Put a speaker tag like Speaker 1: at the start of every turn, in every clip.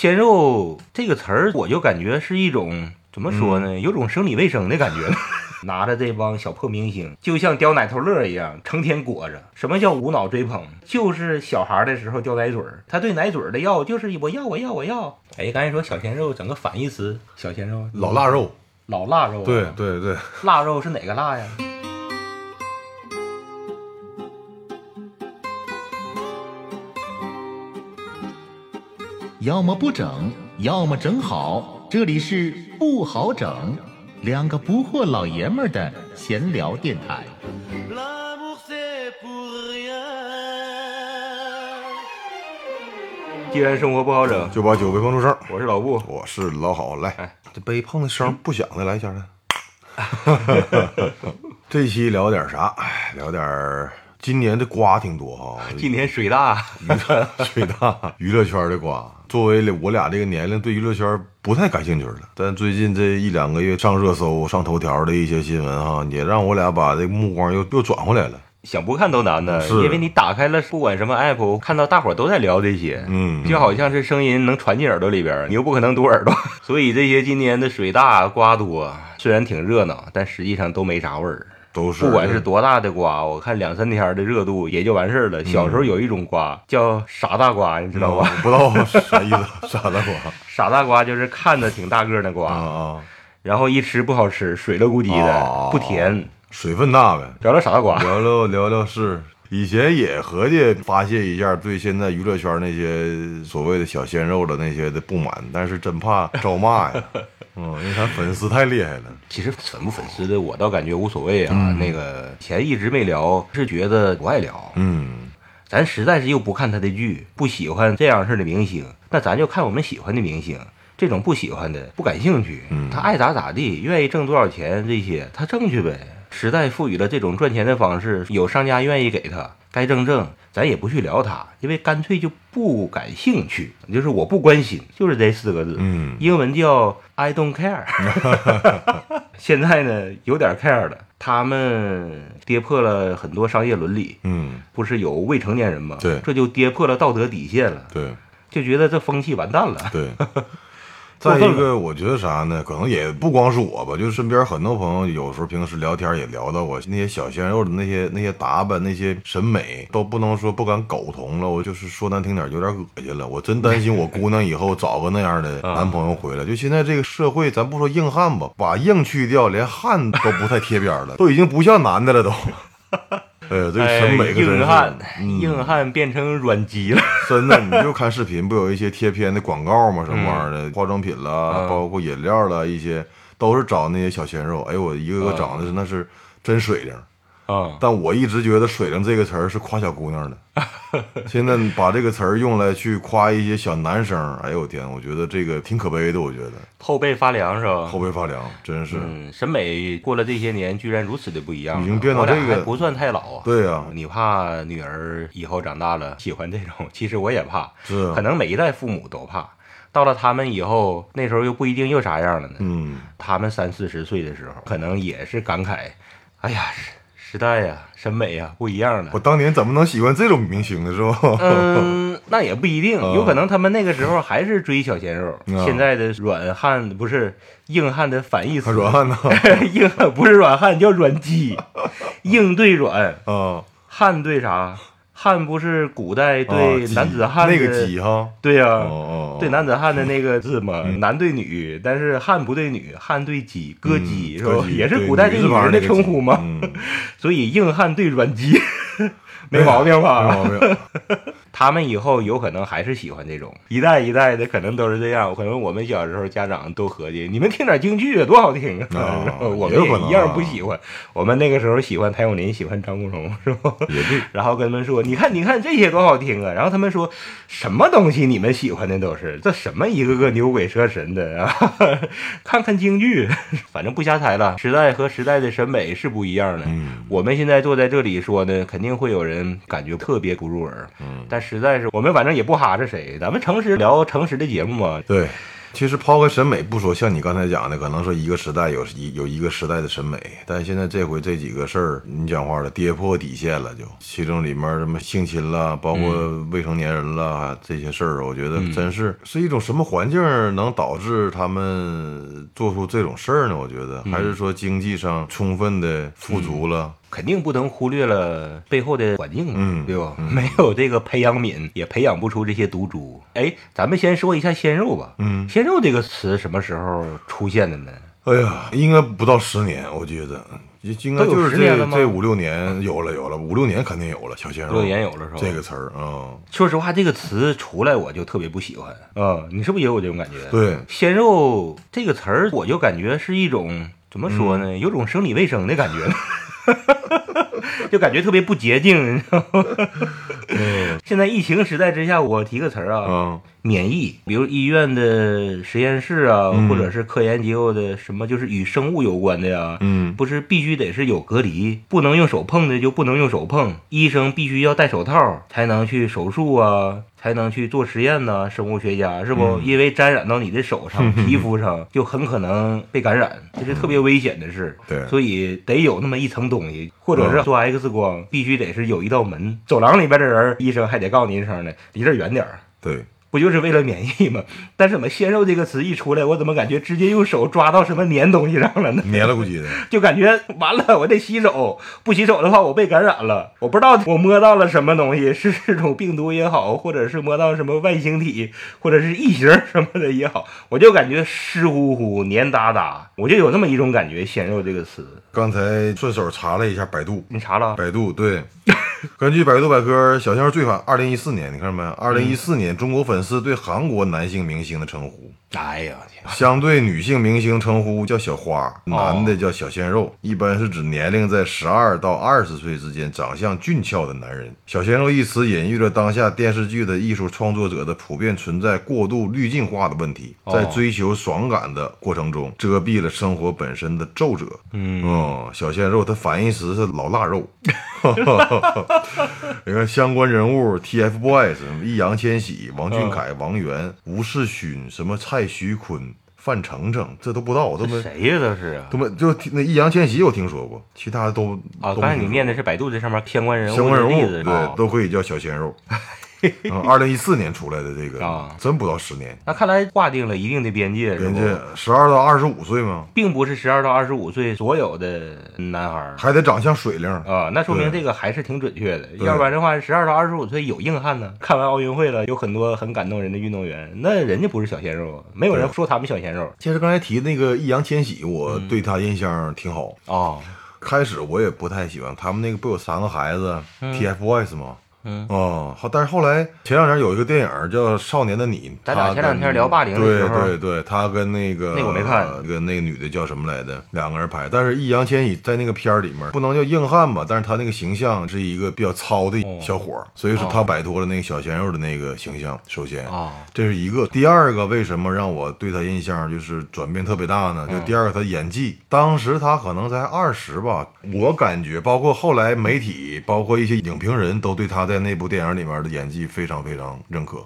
Speaker 1: 鲜肉这个词儿，我就感觉是一种怎么说
Speaker 2: 嗯
Speaker 1: 呢，有种生理卫生的感觉。 拿着这帮小破明星，就像叼奶头乐一样，成天裹着。什么叫无脑追捧？就是小孩儿的时候叼奶嘴儿，他对奶嘴儿的要就是我要我要我要。哎，刚才说小鲜肉，整个反义词，小鲜肉，
Speaker 2: 老腊肉，
Speaker 1: 老腊肉、啊，
Speaker 2: 对，对对，
Speaker 1: 腊肉是哪个腊呀？
Speaker 3: 要么不整，要么整好。这里是不好整，两个不惑老爷们儿的闲聊电台。
Speaker 4: L'amour c'est pour rien.
Speaker 1: 既然生活不好整，
Speaker 2: 九八九被碰出声，
Speaker 1: 我是老布，
Speaker 2: 我是老好，来
Speaker 1: 哎，
Speaker 2: 这杯碰的声不响的，来一 下来。这期聊点啥？哎，聊点儿今年的瓜挺多 哈、
Speaker 1: 今年水大，
Speaker 2: 最大 娱乐圈的瓜。作为我俩这个年龄，对娱乐圈不太感兴趣了。但最近这一两个月上热搜、上头条的一些新闻哈，也让我俩把这目光又又转回来了。
Speaker 1: 想不看都难呢，
Speaker 2: 是
Speaker 1: 因为你打开了不管什么 app，看到大伙儿都在聊这些，
Speaker 2: 嗯
Speaker 1: 就好像是声音能传进耳朵里边儿，你又不可能堵耳朵， 所以这些今年的水大瓜多，虽然挺热闹，但实际上都没啥味儿。
Speaker 2: 都是
Speaker 1: 不管是嗯多大的瓜，我看两三天儿的热度也就完事儿了。小时候有一种瓜叫傻大瓜，你知
Speaker 2: 知
Speaker 1: 道
Speaker 2: 道
Speaker 1: 吧？
Speaker 2: 吧？ 不知道啥意思，啥的瓜
Speaker 1: 傻大瓜就是看着挺大个儿的
Speaker 2: 啊
Speaker 1: 瓜，
Speaker 2: 啊，
Speaker 1: 然后一吃不好吃，水了咕叽的
Speaker 2: 哦，
Speaker 1: 不甜。
Speaker 2: 水分大呗。
Speaker 1: 聊聊傻大瓜，
Speaker 2: 聊聊聊聊是，以前也合计发泄一下对现在娱乐圈那些所谓的小鲜肉的那些的不满，但是真怕招骂呀。嗯，因为咱粉丝太厉害了。
Speaker 1: 其实粉不粉丝的，我倒感觉无所谓啊。那个钱一直没聊，是觉得不爱聊。
Speaker 2: 嗯，
Speaker 1: 咱实在是又不看他的剧，不喜欢这样式的明星，那咱就看我们喜欢的明星。这种不喜欢的、不感兴趣，
Speaker 2: 嗯
Speaker 1: 他爱咋咋地，愿意挣多少钱这些，他挣去呗。时代赋予了这种赚钱的方式，有商家愿意给他，该挣挣，咱也不去聊他，因为干脆就不感兴趣，就是我不关心，就是这四个字。
Speaker 2: 嗯
Speaker 1: 英文叫 I don't care。现在呢，有点 care 了，他们跌破了很多商业伦理，
Speaker 2: 嗯，
Speaker 1: 不是有未成年人吗？
Speaker 2: 对
Speaker 1: 这就跌破了道德底线了，
Speaker 2: 对
Speaker 1: 就觉得这风气完蛋 了。
Speaker 2: 对。
Speaker 1: 过
Speaker 2: 再
Speaker 1: 分
Speaker 2: 一个，我觉得啥呢？可能也不光是我吧，就是身边很多朋友，有时候平时聊天也聊到我那些小鲜肉的那些那些打扮、那些审美，都不能说不敢苟同了。我就是说难听点，有点恶心了。我真担心我姑娘以后找个那 样的
Speaker 1: 啊
Speaker 2: 男朋友回来。就现在这个社会，咱不说硬汉吧，把硬去掉，连汉都不太贴边了，都已经不像男的了都。 哎呀，这个审美可真是、
Speaker 1: 硬汉，
Speaker 2: 嗯
Speaker 1: 硬汉变成软鸡了。
Speaker 2: 真的，你就看视频，不有一些贴片的广告吗？什么玩意儿的，化妆品啦，
Speaker 1: 嗯
Speaker 2: 包括饮料啦，一些都是找那些小鲜肉。哎呦，我一个个长得是那是真水灵，
Speaker 1: 啊、
Speaker 2: 但我一直觉得“水灵”这个词儿是夸小姑 娘的。现在把这个词儿用来去夸一些小男生，哎呦我天，我觉得这个挺可悲的，我觉得
Speaker 1: 后背发凉是吧？
Speaker 2: 后背发凉，真是。
Speaker 1: 嗯，审美过了这些年，居然如此的不一样了，
Speaker 2: 已经变到这个
Speaker 1: 我俩还不算太老啊。
Speaker 2: 对呀
Speaker 1: 你怕女儿以后长大了喜欢这种， 其实我也怕，
Speaker 2: 是啊
Speaker 1: 可能每一代父母都怕。到了他们以后，那时候又不一定又啥样了呢。
Speaker 2: 嗯，
Speaker 1: 他们三四十岁的时候，可能也是感慨，哎呀，时时代呀、审美呀、不一样
Speaker 2: 我
Speaker 1: 了。
Speaker 2: 当年怎么能喜欢这种明星呢？是 吧？
Speaker 1: 嗯，那也不一定，
Speaker 2: 嗯
Speaker 1: 有可能他们那个时候还是追小鲜肉。
Speaker 2: 嗯
Speaker 1: 现在的软汉不是硬汉的反义词，
Speaker 2: 看软汉呐，
Speaker 1: 硬汉不是软汉，叫软 鸡，硬对软，
Speaker 2: 啊，
Speaker 1: 汉对啥？汉不是古代对
Speaker 2: 啊
Speaker 1: 男子汉的、
Speaker 2: 那个鸡哈，
Speaker 1: 对呀、
Speaker 2: 哦哦，嗯哦
Speaker 1: 对男子汉的那个字 嘛，男对女，但是汉不对女，汉对鸡，哥鸡、是吧？
Speaker 2: 对
Speaker 1: 也是
Speaker 2: 嗯对
Speaker 1: 古代
Speaker 2: 女
Speaker 1: 对
Speaker 2: 字
Speaker 1: 女
Speaker 2: 旁
Speaker 1: 人的
Speaker 2: 那个
Speaker 1: 称
Speaker 2: 鸡
Speaker 1: 呼嘛，
Speaker 2: 嗯
Speaker 1: 所以硬汉对软 鸡，没毛病
Speaker 2: 嗯没
Speaker 1: 吧？
Speaker 2: 毛 病。
Speaker 1: 他们以后有可能还是喜欢这种，一代一代的可能都是这样。可能我们小时候家长都合计，你们听点京剧啊，多好听啊！
Speaker 2: 啊
Speaker 1: 然后 我
Speaker 2: 也
Speaker 1: 们
Speaker 2: 有可能
Speaker 1: 也
Speaker 2: 啊
Speaker 1: 一样不喜欢。我们那个时候喜欢谭咏麟，喜欢张国荣，是吧？
Speaker 2: 也对，
Speaker 1: 然后跟他们说：“你看，你看这些多好听啊！”然后他们说：“什么东西你们喜欢的都是这什么一个个牛鬼蛇神的啊！ 看看京剧，反正不瞎猜了。时代和时代的审美是不一样的。
Speaker 2: 嗯
Speaker 1: 我们现在坐在这里说呢，肯定会有人感觉特别不入耳。
Speaker 2: 嗯，
Speaker 1: 但实在是我们反正也不哈着谁，咱们诚实聊诚实的节目嘛。
Speaker 2: 对，其实抛开审美不说，像你刚才讲的，可能说一个时代有一有一个时代的审美，但现在这回这几个事儿，你讲话了，跌破底线了就。其中里面什么性侵啦，包括嗯未成年人啦、这些事儿，我觉得真是、是一种什么环境能导致他们做出这种事儿呢？我觉得还是说经济上充分的富足了，
Speaker 1: 肯定不能忽略了背后的环境嘛，
Speaker 2: 嗯
Speaker 1: 对吧？没有这个培养皿，也培养不出这些毒株。哎，咱们先说一下鲜肉吧。
Speaker 2: 嗯
Speaker 1: 鲜肉这个词什么时候出现的呢？
Speaker 2: 哎呀，应该不到十年，我觉得应应该
Speaker 1: 都有
Speaker 2: 就是
Speaker 1: 10年
Speaker 2: 这
Speaker 1: 了吗
Speaker 2: 这五六年有了有了五六年肯定有了，小鲜肉
Speaker 1: 六年有了是吧？
Speaker 2: 这个词儿啊、嗯
Speaker 1: 说实话，这个词出来我就特别不喜欢啊、你是不是也有这种感觉？，
Speaker 2: 对，
Speaker 1: 鲜肉这个词儿，我就感觉是一种怎么说呢？
Speaker 2: 嗯
Speaker 1: 有种生理卫生的感 觉， 就感觉特别不洁净，你知道吗？ 现在疫情时代之下，我提个词儿啊，
Speaker 2: 嗯
Speaker 1: 免疫，比如医院的实验室啊，
Speaker 2: 嗯
Speaker 1: 或者是科研机构的什么，就是与生物有关的呀、
Speaker 2: 嗯，
Speaker 1: 不是必须得是有隔离，不能用手碰的就不能用手碰，医生必须要戴手套才能去手术啊，才能去做实验呐、生物学家是不？
Speaker 2: 嗯
Speaker 1: 因为沾染到你的手上、皮肤上，就很可能被感染，这是特别危险的事。
Speaker 2: 嗯对嗯
Speaker 1: 所以得有那么一层东西，或者是做 X 光，必须得是有一道门，走廊里边的人，医生还得告诉你一声呢，离这儿远点儿。
Speaker 2: 对，
Speaker 1: 不就是为了免疫吗？但是怎么“鲜肉”这个词一出来，我怎么感觉直接用手抓到什么粘东西上了呢？
Speaker 2: 黏了咕 叽的，
Speaker 1: 就感觉完了，我得洗手，不洗手的话我被感染了。我不知道我摸到了什么东西，是这种病毒也好，或者是摸到什么外星体，或者是异形什么的也好，我就感觉湿乎乎、黏哒哒，我就有那么一种感觉。鲜肉这个词，
Speaker 2: 刚才顺手查了一下百度，
Speaker 1: 你查了？啊
Speaker 2: 百度对，根据百度百科，小鲜肉最晚二零一四年，你看到没有？二零一四年，中国粉丝对韩国男性明星的称呼，
Speaker 1: 哎呀，天啊
Speaker 2: 相对女性明星称呼叫小花，男的叫小鲜肉，一般是指年龄在十二到二十岁之间、长相俊俏的男人。小鲜肉一词隐喻了当下电视剧的艺术创作者的普遍存在过度滤镜化的问题，
Speaker 1: 哦
Speaker 2: 在追求爽感的过程中，遮蔽了生活本身的皱褶。嗯，小鲜肉它反义词是老腊 肉。 你看相关人物 TFBOYS 什么易烊千玺、王
Speaker 1: 嗯
Speaker 2: 俊凯、王源、吴世勋、什么蔡徐坤、范丞丞，这都不知道，我都
Speaker 1: 这
Speaker 2: 没
Speaker 1: 谁呀？这是啊
Speaker 2: 都没就听那易烊千玺我听说过，其他都
Speaker 1: 啊！
Speaker 2: 都
Speaker 1: 刚才
Speaker 2: 没
Speaker 1: 你
Speaker 2: 听
Speaker 1: 念
Speaker 2: 说
Speaker 1: 的是百度这上面相关人
Speaker 2: 过
Speaker 1: 物
Speaker 2: 相关人
Speaker 1: 的例
Speaker 2: 物
Speaker 1: 子
Speaker 2: 对
Speaker 1: 哦
Speaker 2: 都可以叫小鲜 肉。嗯二零一四年出来的这个
Speaker 1: 啊
Speaker 2: 真不到十年，
Speaker 1: 那看来划定了一定的边界，是
Speaker 2: 人
Speaker 1: 不？
Speaker 2: 家十二到二十五岁嘛，
Speaker 1: 并不是十二到二十五岁所有的男孩儿
Speaker 2: 还得长相水灵。
Speaker 1: 啊，那说明
Speaker 2: 对
Speaker 1: 这个还是挺准确的。
Speaker 2: 对
Speaker 1: 要不然的话，十二到二十五岁有硬汉呢。看完奥运会了，有很多很感动人的运动员，那人家不是小鲜肉，啊没有人
Speaker 2: 对
Speaker 1: 说他们小鲜肉
Speaker 2: 其实刚才提那个易烊千玺，我
Speaker 1: 嗯
Speaker 2: 对他印象挺好。
Speaker 1: 哦。
Speaker 2: 开始我也不太喜欢他们那个不有三个孩子、TFBOYS 吗？
Speaker 1: 嗯
Speaker 2: 哦，好，但是后来前两天有一个电影叫《少年的你》，
Speaker 1: 咱俩
Speaker 2: 他
Speaker 1: 前两
Speaker 2: 跟
Speaker 1: 天聊霸凌的时
Speaker 2: 对
Speaker 1: 候
Speaker 2: 对对，他跟那个
Speaker 1: 那个我没看
Speaker 2: 呃跟那个女的叫什么来着，两个人拍，但是易烊千玺在那个片儿里面不能叫硬汉吧，但是他那个形象是一个比较糙的
Speaker 1: 哦
Speaker 2: 小伙儿，所以说他摆脱了那个小鲜肉的那个形象。首先
Speaker 1: 哦
Speaker 2: 这是一个。第二个，为什么让我对他印象就是转变特别大呢？
Speaker 1: 嗯
Speaker 2: 就第二个，他演技，当时他可能才二十吧，我感觉，包括后来媒体，包括一些影评人都对他在那部电影里面的演技非常非常认可。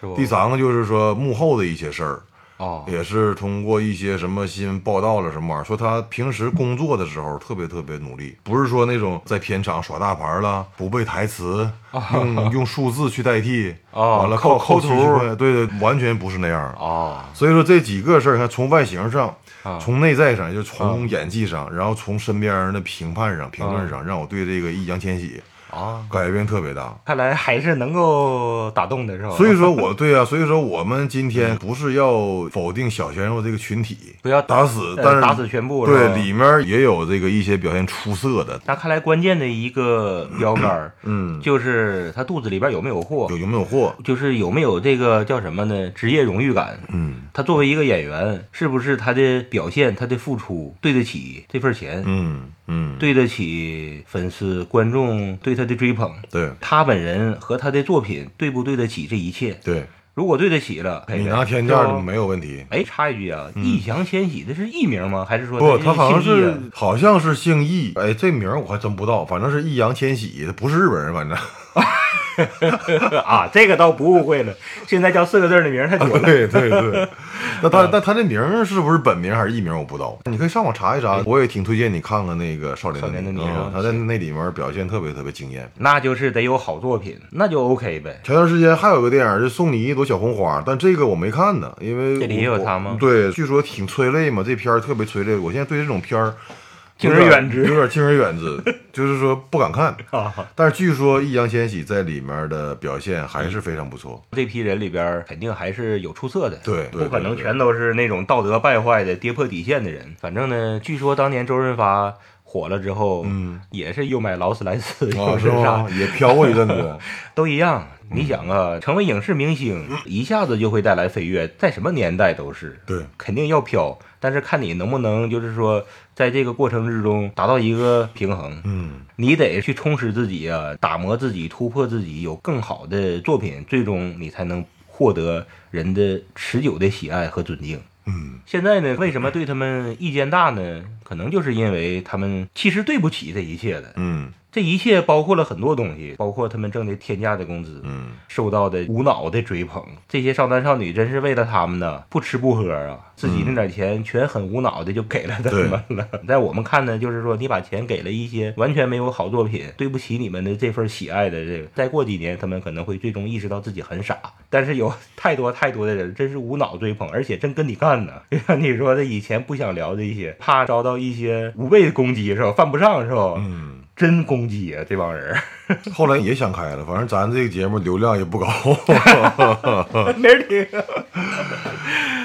Speaker 1: 是不
Speaker 2: 第三个就是说幕后的一些事儿，
Speaker 1: 哦，
Speaker 2: 也是通过一些什么新闻报道了什么玩意儿，说他平时工作的时候特别特别努力，不是说那种在片场耍大牌啦，不背台词， 用用数字去代替，
Speaker 1: 哦
Speaker 2: 完了
Speaker 1: 啊扣
Speaker 2: 靠靠
Speaker 1: 抠
Speaker 2: 图
Speaker 1: 图，
Speaker 2: 对对，完全不是那样儿。
Speaker 1: 哦，
Speaker 2: 所以说这几个事儿，你看从外形上
Speaker 1: 啊，
Speaker 2: 从内在上，就从演技上，然后从身边人的评判上、评论上，让我对这个易烊千玺
Speaker 1: 啊
Speaker 2: 改变特别大。
Speaker 1: 看来还是能够打动的是吧？
Speaker 2: 所以说我对啊，所以说我们今天不是要否定小鲜肉这个群 体，
Speaker 1: 不要
Speaker 2: 打死，
Speaker 1: 呃
Speaker 2: 但是
Speaker 1: 打死全部是
Speaker 2: 对
Speaker 1: 吧
Speaker 2: 里面也有这个一些表现出色的，
Speaker 1: 那看来关键的一个标杆儿，嗯，就是他肚子里边有没有货
Speaker 2: 有，有没有货？
Speaker 1: 就是有没有这个叫什么呢？职业荣誉感。
Speaker 2: 嗯
Speaker 1: 他作为一个演员，是不是他的表现、他的付出对得起这份钱，
Speaker 2: 嗯嗯，
Speaker 1: 对得起粉丝、观众对他的追捧？
Speaker 2: 对
Speaker 1: 他本人和他的作品对不对得起这一切？
Speaker 2: 对，
Speaker 1: 如果对得起了，
Speaker 2: 你
Speaker 1: 哎
Speaker 2: 拿天价
Speaker 1: 是
Speaker 2: 就
Speaker 1: 吧
Speaker 2: 没有问题。
Speaker 1: 哎，插一句啊，易烊千玺这是艺名吗？还是说
Speaker 2: 不，
Speaker 1: 是
Speaker 2: 他好像
Speaker 1: 姓易
Speaker 2: 是
Speaker 1: 啊
Speaker 2: 好 像是姓易，哎，这名儿我还真不知道，反正是易烊千玺，他不是日本人，反正
Speaker 1: 啊，这个倒不误会了。现在叫四个字儿的名儿太 多了。
Speaker 2: 对对对，那他那他这名儿是不是本名还是艺名？我不知道，你可以上网查一查。我也挺推荐你看看那个《少年
Speaker 1: 少年
Speaker 2: 的
Speaker 1: 的
Speaker 2: 你
Speaker 1: 你》
Speaker 2: 嗯
Speaker 1: 啊
Speaker 2: 他在那里面表现特别特别惊艳。
Speaker 1: 那就是得有好作品，那就 OK 呗。
Speaker 2: 前段时间还有个电影是送你一朵小红花，但这个我没看呢，因为
Speaker 1: 这里
Speaker 2: 我
Speaker 1: 也有
Speaker 2: 我
Speaker 1: 他吗
Speaker 2: 对，据说挺催泪嘛，这片儿特别催泪。我现在对这种片儿
Speaker 1: 敬而远之
Speaker 2: 有点敬而远之，就是说不敢看。
Speaker 1: 啊，
Speaker 2: 但是据说易烊千玺在里面的表现还是非常不错。
Speaker 1: 这批人里边儿肯定还是有出色的，
Speaker 2: 对对
Speaker 1: 不可
Speaker 2: 对
Speaker 1: 能
Speaker 2: 对
Speaker 1: 全都是那种道德败坏的、跌破底线的人。反正呢，据说当年周润发火了之后，
Speaker 2: 嗯，
Speaker 1: 也是又买劳斯莱斯，
Speaker 2: 啊，
Speaker 1: 又
Speaker 2: 是
Speaker 1: 啥
Speaker 2: 吗？也飘过一阵子。
Speaker 1: 都一样。你想啊，成为影视明星一下子就会带来飞跃，在什么年代都是，
Speaker 2: 嗯对，
Speaker 1: 肯定要飘。但是看你能不能，就是说，在这个过程之中达到一个平衡。
Speaker 2: 嗯，
Speaker 1: 你得去充实自己啊，打磨自己，突破自己，有更好的作品，最终你才能获得人的持久的喜爱和尊敬。
Speaker 2: 嗯，
Speaker 1: 现在呢，为什么对他们意见大呢？可能就是因为他们其实对不起这一切的，
Speaker 2: 嗯，
Speaker 1: 这一切包括了很多东西，包括他们挣的天价的工资，
Speaker 2: 嗯，
Speaker 1: 受到的无脑的追捧，这些少男少女真是为了他们呢，不吃不喝啊，自己那点钱全很无脑的就给了他们了。 在我们看呢，就是说你把钱给了一些完全没有好作品，对不起你们的这份喜爱的这个，再过几年他们可能会最终意识到自己很傻，但是有太多太多的人真是无脑追捧，而且真跟你干呢。 就像你说的，以前不想聊的一些，怕遭到一些无谓的攻击是吧？犯不上是吧？
Speaker 2: 嗯。
Speaker 1: 真攻击啊，这帮人儿，
Speaker 2: 后来也想开了，反正咱这个节目流量也不高。
Speaker 1: 没人听。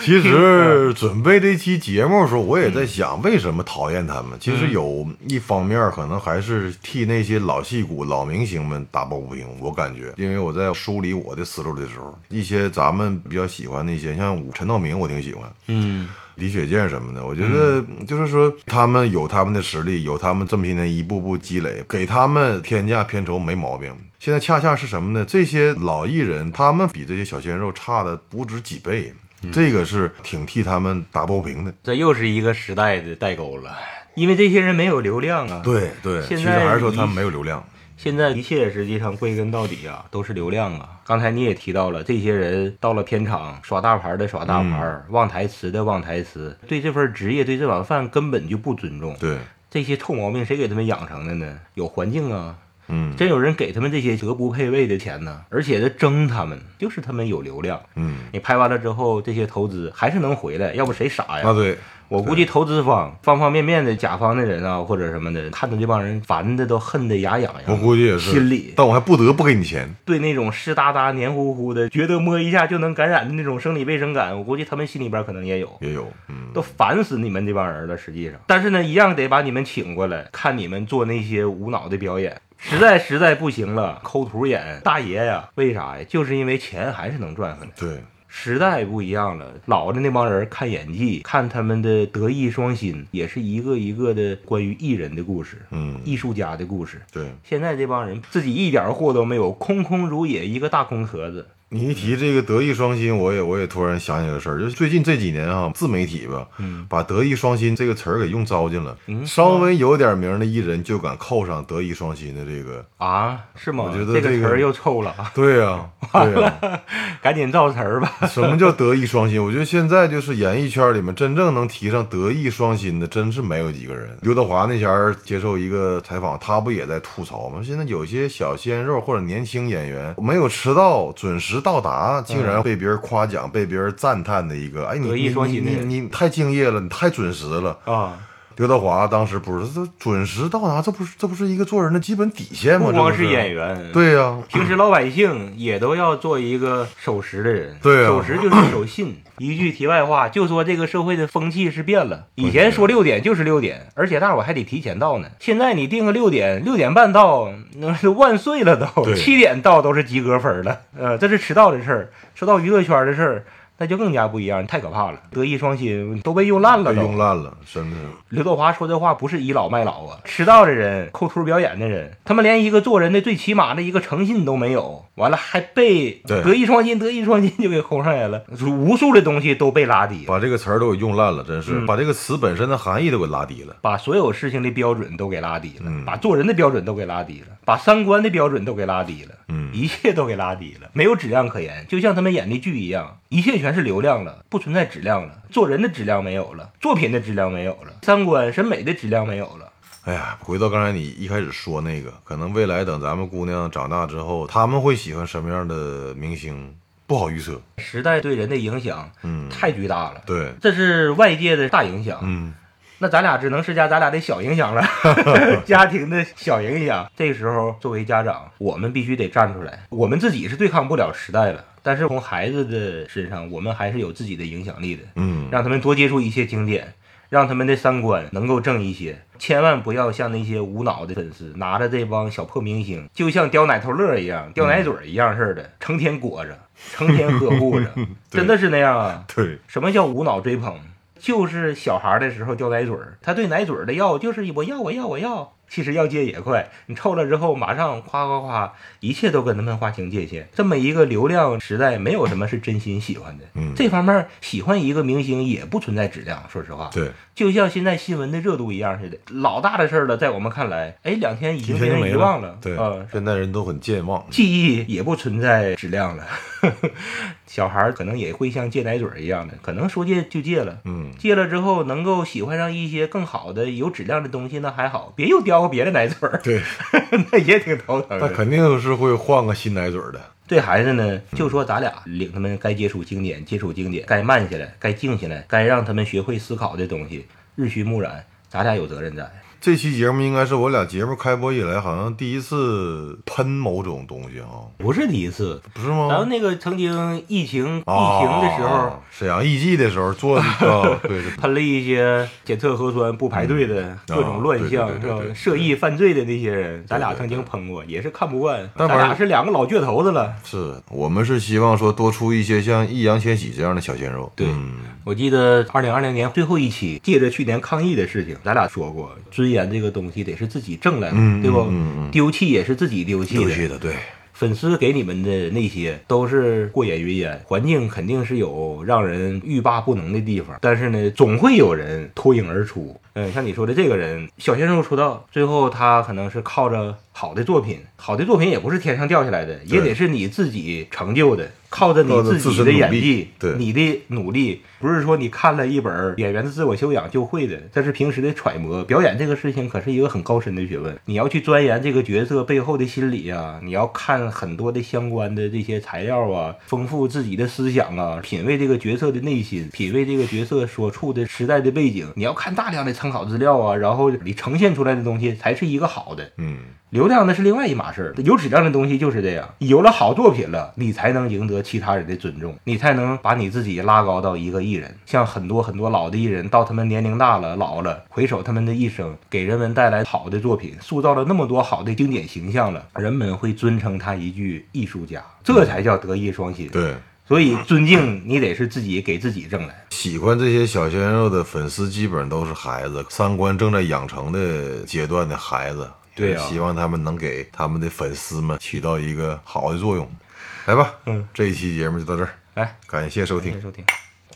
Speaker 2: 其实准备这期节目的时候，我也在想，为什么讨厌他们？其实有一方面可能还是替那些老戏骨、老明星们打抱不平。我感觉，因为我在梳理我的思路的时候，一些咱们比较喜欢的一些，像陈道明，我挺喜欢。
Speaker 1: 嗯，
Speaker 2: 李雪健什么的，我觉得就是说，他们有他们的实力，有他们这么些年一步步积累，给他们天价片酬没毛病。现在恰恰是什么呢？这些老艺人，他们比这些小鲜肉差的不止几倍，
Speaker 1: 嗯
Speaker 2: 这个是挺替他们打抱不平的。
Speaker 1: 这又是一个时代的代沟了，因为这些人没有流量啊。，
Speaker 2: 对对，
Speaker 1: 现
Speaker 2: 其
Speaker 1: 在
Speaker 2: 实还是说他们没有流量。
Speaker 1: 现在一切实际上归根到底啊，都是流量啊。刚才你也提到了，这些人到了片场耍大牌的耍大牌，
Speaker 2: 嗯
Speaker 1: 忘台词的忘台词，对这份职业、对这碗饭根本就不尊重。
Speaker 2: 对，
Speaker 1: 这些臭毛病谁给他们养成的呢？有环境啊，
Speaker 2: 嗯
Speaker 1: 真有人给他们这些德不配位的钱呢，而且这争他们，就是他们有流量。
Speaker 2: 嗯，
Speaker 1: 你拍完了之后，这些投资还是能回来，要不谁傻呀？
Speaker 2: 那对，
Speaker 1: 我估计投资方方方面面的甲方的人啊，或者什么的，看着这帮人烦的都恨得牙痒
Speaker 2: 我
Speaker 1: 痒，
Speaker 2: 估计也是
Speaker 1: 心里
Speaker 2: 但我还不得不给你钱。
Speaker 1: 对那种湿哒哒、黏糊糊的，觉得摸一下就能感染的那种生理卫生感，我估计他们心里边可能也有，
Speaker 2: 也有，嗯，
Speaker 1: 都烦死你们这帮人了。实际上，但是呢，一样得把你们请过来，看你们做那些无脑的表演。实在实在不行了，抠图演大爷呀，为啥呀？就是因为钱还是能赚回来。
Speaker 2: 对，
Speaker 1: 时代不一样了，老的那帮人看演技，看他们的德艺双馨，也是一个一个的关于艺人的故事、
Speaker 2: 嗯，
Speaker 1: 艺术家的故事。
Speaker 2: 对。
Speaker 1: 现在这帮人自己一点货都没有，空空如也，一个大空壳子。
Speaker 2: 你一提这个德艺双馨，我也我也突然想起个事儿，就是最近这几年哈、自媒体吧，
Speaker 1: 嗯，
Speaker 2: 把德艺双馨这个词儿给用糟践了。稍微有点名儿的艺人就敢扣上德艺双馨的这个，
Speaker 1: 啊，是吗？
Speaker 2: 我觉
Speaker 1: 这
Speaker 2: 得这
Speaker 1: 个
Speaker 2: 个
Speaker 1: 词儿又臭了 啊，
Speaker 2: 对呀、对啊呀、
Speaker 1: 赶紧造词儿吧。
Speaker 2: 什么叫德艺双馨？我觉得现在就是演艺圈里面真正能提上德艺双馨的，真是没有几个人。刘德华那前儿接受一个采访，他不也在吐槽吗？现在有些小鲜肉或者年轻演员没有迟到、准时到达，竟然被别人夸奖、被别人赞叹的一个，哎，你
Speaker 1: 德艺嗯双馨的
Speaker 2: 你
Speaker 1: 人
Speaker 2: 你你你太敬业了，你太准时了。
Speaker 1: 啊，
Speaker 2: 刘德华当时不是这准时到达，这不是这不是一个做人的基本底线吗？
Speaker 1: 不
Speaker 2: 这
Speaker 1: 光
Speaker 2: 不
Speaker 1: 是演，员，，
Speaker 2: 对呀、
Speaker 1: 平时老百姓也都要做一个守时的人。
Speaker 2: 对啊
Speaker 1: 守时就是守信。一句题外话，就说这个社会的风气是变了，以前说六点就是六点，而且大伙儿还得提前到呢。现在你定个六点，六点半到，那是万岁了都，
Speaker 2: 对
Speaker 1: 七点到都是及格分了。呃，这是迟到的事儿。说到娱乐圈的事儿。那就更加不一样，太可怕了。德艺双馨都被用烂了
Speaker 2: 被
Speaker 1: 都，
Speaker 2: 用烂了，真的。
Speaker 1: 刘德华说这话不是倚老卖老啊，迟到的人、抠图表演的人，他们连一个做人的最起码的一个诚信都没有，完了还被
Speaker 2: 对
Speaker 1: 德艺双馨、德艺双馨就给轰上来了，无数的东西都被拉低，
Speaker 2: 把这个词儿都给用烂了，真是、
Speaker 1: 嗯
Speaker 2: 把这个词本身的含义都给拉低了。
Speaker 1: 把所有事情的标准都给拉低了，
Speaker 2: 嗯
Speaker 1: 把做人的标准都给拉低了，把三观的标准都给拉低了，
Speaker 2: 嗯
Speaker 1: 一切都给拉低了，没有质量可言，就像他们演的剧一样，一切全是流量了，不存在质量了，做人的质量没有了，作品的质量没有了，三观审美的质量没有了。
Speaker 2: 哎呀，回到刚才你一开始说那个，可能未来等咱们姑娘长大之后，他们会喜欢什么样的明星，不好预测。
Speaker 1: 时代对人的影响，
Speaker 2: 嗯
Speaker 1: 太巨大了。
Speaker 2: 对，
Speaker 1: 这是外界的大影响，
Speaker 2: 嗯，
Speaker 1: 那咱俩只能施加咱俩的小影 响了，家庭的小影响。这个时候，作为家长，我们必须得站出来。我们自己是对抗不了时代了，但是从孩子的身上，我们还是有自己的影响力的，
Speaker 2: 嗯，
Speaker 1: 让他们多接触一些经典。让他们的三观能够正一些，千万不要像那些无脑的粉丝拿着这帮小破明星，就像叼奶头乐一样、叼奶嘴儿一样似
Speaker 2: 嗯
Speaker 1: 的，成天裹着，成天呵护 着，真的是那样啊！
Speaker 2: 对，
Speaker 1: 什么叫无脑追捧？就是小孩儿的时候掉奶嘴儿，他对奶嘴儿的要就是我要我要我要，其实要戒也快，你抽了之后马上夸夸夸，一切都跟他们划清界限。这么一个流量时代，没有什么是真心喜欢的。
Speaker 2: 嗯
Speaker 1: 这方面儿喜欢一个明星也不存在质量，说实话，
Speaker 2: 对，
Speaker 1: 就像现在新闻的热度一样似的，老大的事儿了，在我们看来，哎，两天已经被
Speaker 2: 今天就
Speaker 1: 人
Speaker 2: 没
Speaker 1: 遗忘了，
Speaker 2: 对，
Speaker 1: 嗯，
Speaker 2: 现在人都很健忘。
Speaker 1: 记忆也不存在质量了。 小孩儿可能也会像戒奶嘴儿一样的，可能说戒就戒了。
Speaker 2: 嗯，
Speaker 1: 戒了之后能够喜欢上一些更好的、有质量的东西，那还好，别又叼个别的奶嘴儿，
Speaker 2: 对，
Speaker 1: 那也挺头疼的。
Speaker 2: 那肯定是会换个新奶嘴儿的。
Speaker 1: 对孩子呢，就说咱俩领他们该接触经典，接触经典，该慢下来，该静下来，该让他们学会思考的东西，日徐暮染，咱俩有责任在。
Speaker 2: 这期节目应该是我俩节目开播以来，好像第一次喷某种东西啊，
Speaker 1: 不是第一次，哦
Speaker 2: 不是
Speaker 1: 咱们
Speaker 2: 吗？
Speaker 1: 那个曾经疫情、
Speaker 2: 啊
Speaker 1: 疫情的时候，
Speaker 2: 沈阳艺啊伎的时候做的啊，对，对
Speaker 1: 喷了一些检测核酸不排队的各种乱象，
Speaker 2: 嗯哦对对
Speaker 1: 是
Speaker 2: 对对
Speaker 1: 吧
Speaker 2: 对？对
Speaker 1: 涉疫犯罪的那些人，咱俩
Speaker 2: 对对
Speaker 1: 曾经喷过，也是看不惯，咱
Speaker 2: 但反正
Speaker 1: 俩是两个老倔头子了。
Speaker 2: 是我们是希望说多出一些像易烊千玺这样的小鲜肉。
Speaker 1: 对
Speaker 2: 嗯
Speaker 1: 我记得二零二零年最后一期，借着去年抗疫的事情，咱俩说过，尊严这个东西得是自己挣来的，
Speaker 2: 嗯
Speaker 1: 对不？
Speaker 2: 嗯嗯嗯
Speaker 1: 丢弃也是自己丢弃
Speaker 2: 有
Speaker 1: 的。
Speaker 2: 趣的，对，
Speaker 1: 粉丝给你们的那些都是过眼云烟，环境肯定是有让人欲罢不能的地方，但是呢，总会有人脱颖而出。嗯，像你说的这个人，小鲜肉出道，最后他可能是靠着好的作品，好的作品也不是天上掉下来的，也得是你自己成就的，靠着
Speaker 2: 靠着
Speaker 1: 你
Speaker 2: 自
Speaker 1: 自己
Speaker 2: 身
Speaker 1: 的
Speaker 2: 努
Speaker 1: 演
Speaker 2: 力
Speaker 1: 技，
Speaker 2: 对
Speaker 1: 你的努力，不是说你看了一本演员的自我修养就会的，这是平时的揣摩。表演这个事情可是一个很高深的学问，你要去钻研这个角色背后的心理啊，你要看很多的相关的这些材料啊，丰富自己的思想啊，品味这个角色的内心，品味这个角色所处的时代的背景，你要看大量的参考资料啊，然后你呈现出来的东西才是一个好的。
Speaker 2: 嗯，
Speaker 1: 流量那是另外一码事儿，有质量的东西就是这样。有了好作品了，你才能赢得其他人的尊重，你才能把你自己拉高到一个艺人。像很多很多老的艺人，到他们年龄大了、老了，回首他们的一生，给人们带来好的作品，塑造了那么多好的经典形象了，人们会尊称他一句艺术家，这才叫德艺双馨。
Speaker 2: 对。
Speaker 1: 所以尊敬你得是自己给自己挣来。
Speaker 2: 喜欢这些小鲜肉的粉丝，基本上都是孩子，三观正在养成的阶段的孩子。
Speaker 1: 对啊
Speaker 2: 希望他们能给他们的粉丝们起到一个好的作用。来吧，嗯，这一期节目就到这儿，
Speaker 1: 来，
Speaker 2: 感谢收
Speaker 1: 谢谢
Speaker 2: 听。
Speaker 1: 收哎听。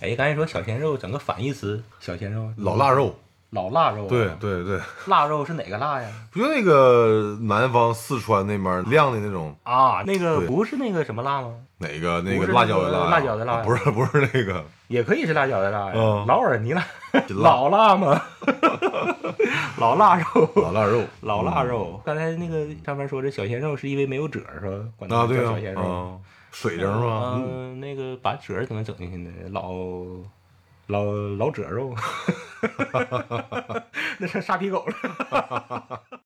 Speaker 1: 哎，刚才说小鲜肉，整个反义词，小鲜肉，
Speaker 2: 老腊肉，
Speaker 1: 老腊肉、啊，
Speaker 2: 对，对对，
Speaker 1: 腊肉是哪个腊呀？
Speaker 2: 不就那个南方四川那边晾的那种，
Speaker 1: 啊，那个
Speaker 2: 对
Speaker 1: 不是那个什么辣吗？
Speaker 2: 哪个那
Speaker 1: 不
Speaker 2: 个
Speaker 1: 是
Speaker 2: 辣椒的
Speaker 1: 那个
Speaker 2: 辣，
Speaker 1: 辣椒的辣呀
Speaker 2: 不是不是那个，啊
Speaker 1: 也可以是辣椒的辣呀，
Speaker 2: 嗯
Speaker 1: 劳尔尼辣，
Speaker 2: 辣
Speaker 1: 老辣 吗？老腊肉，
Speaker 2: 老嗯腊肉，
Speaker 1: 老腊肉。刚才那个上面说这小鲜肉是因为没有褶儿是吧？管他
Speaker 2: 啊
Speaker 1: 们
Speaker 2: 对
Speaker 1: 叫
Speaker 2: 啊
Speaker 1: 小鲜，肉。
Speaker 2: 啊，水灵吗？嗯
Speaker 1: 嗯，那个把褶儿怎么整进去呢？老老 老褶肉，那成沙皮狗了。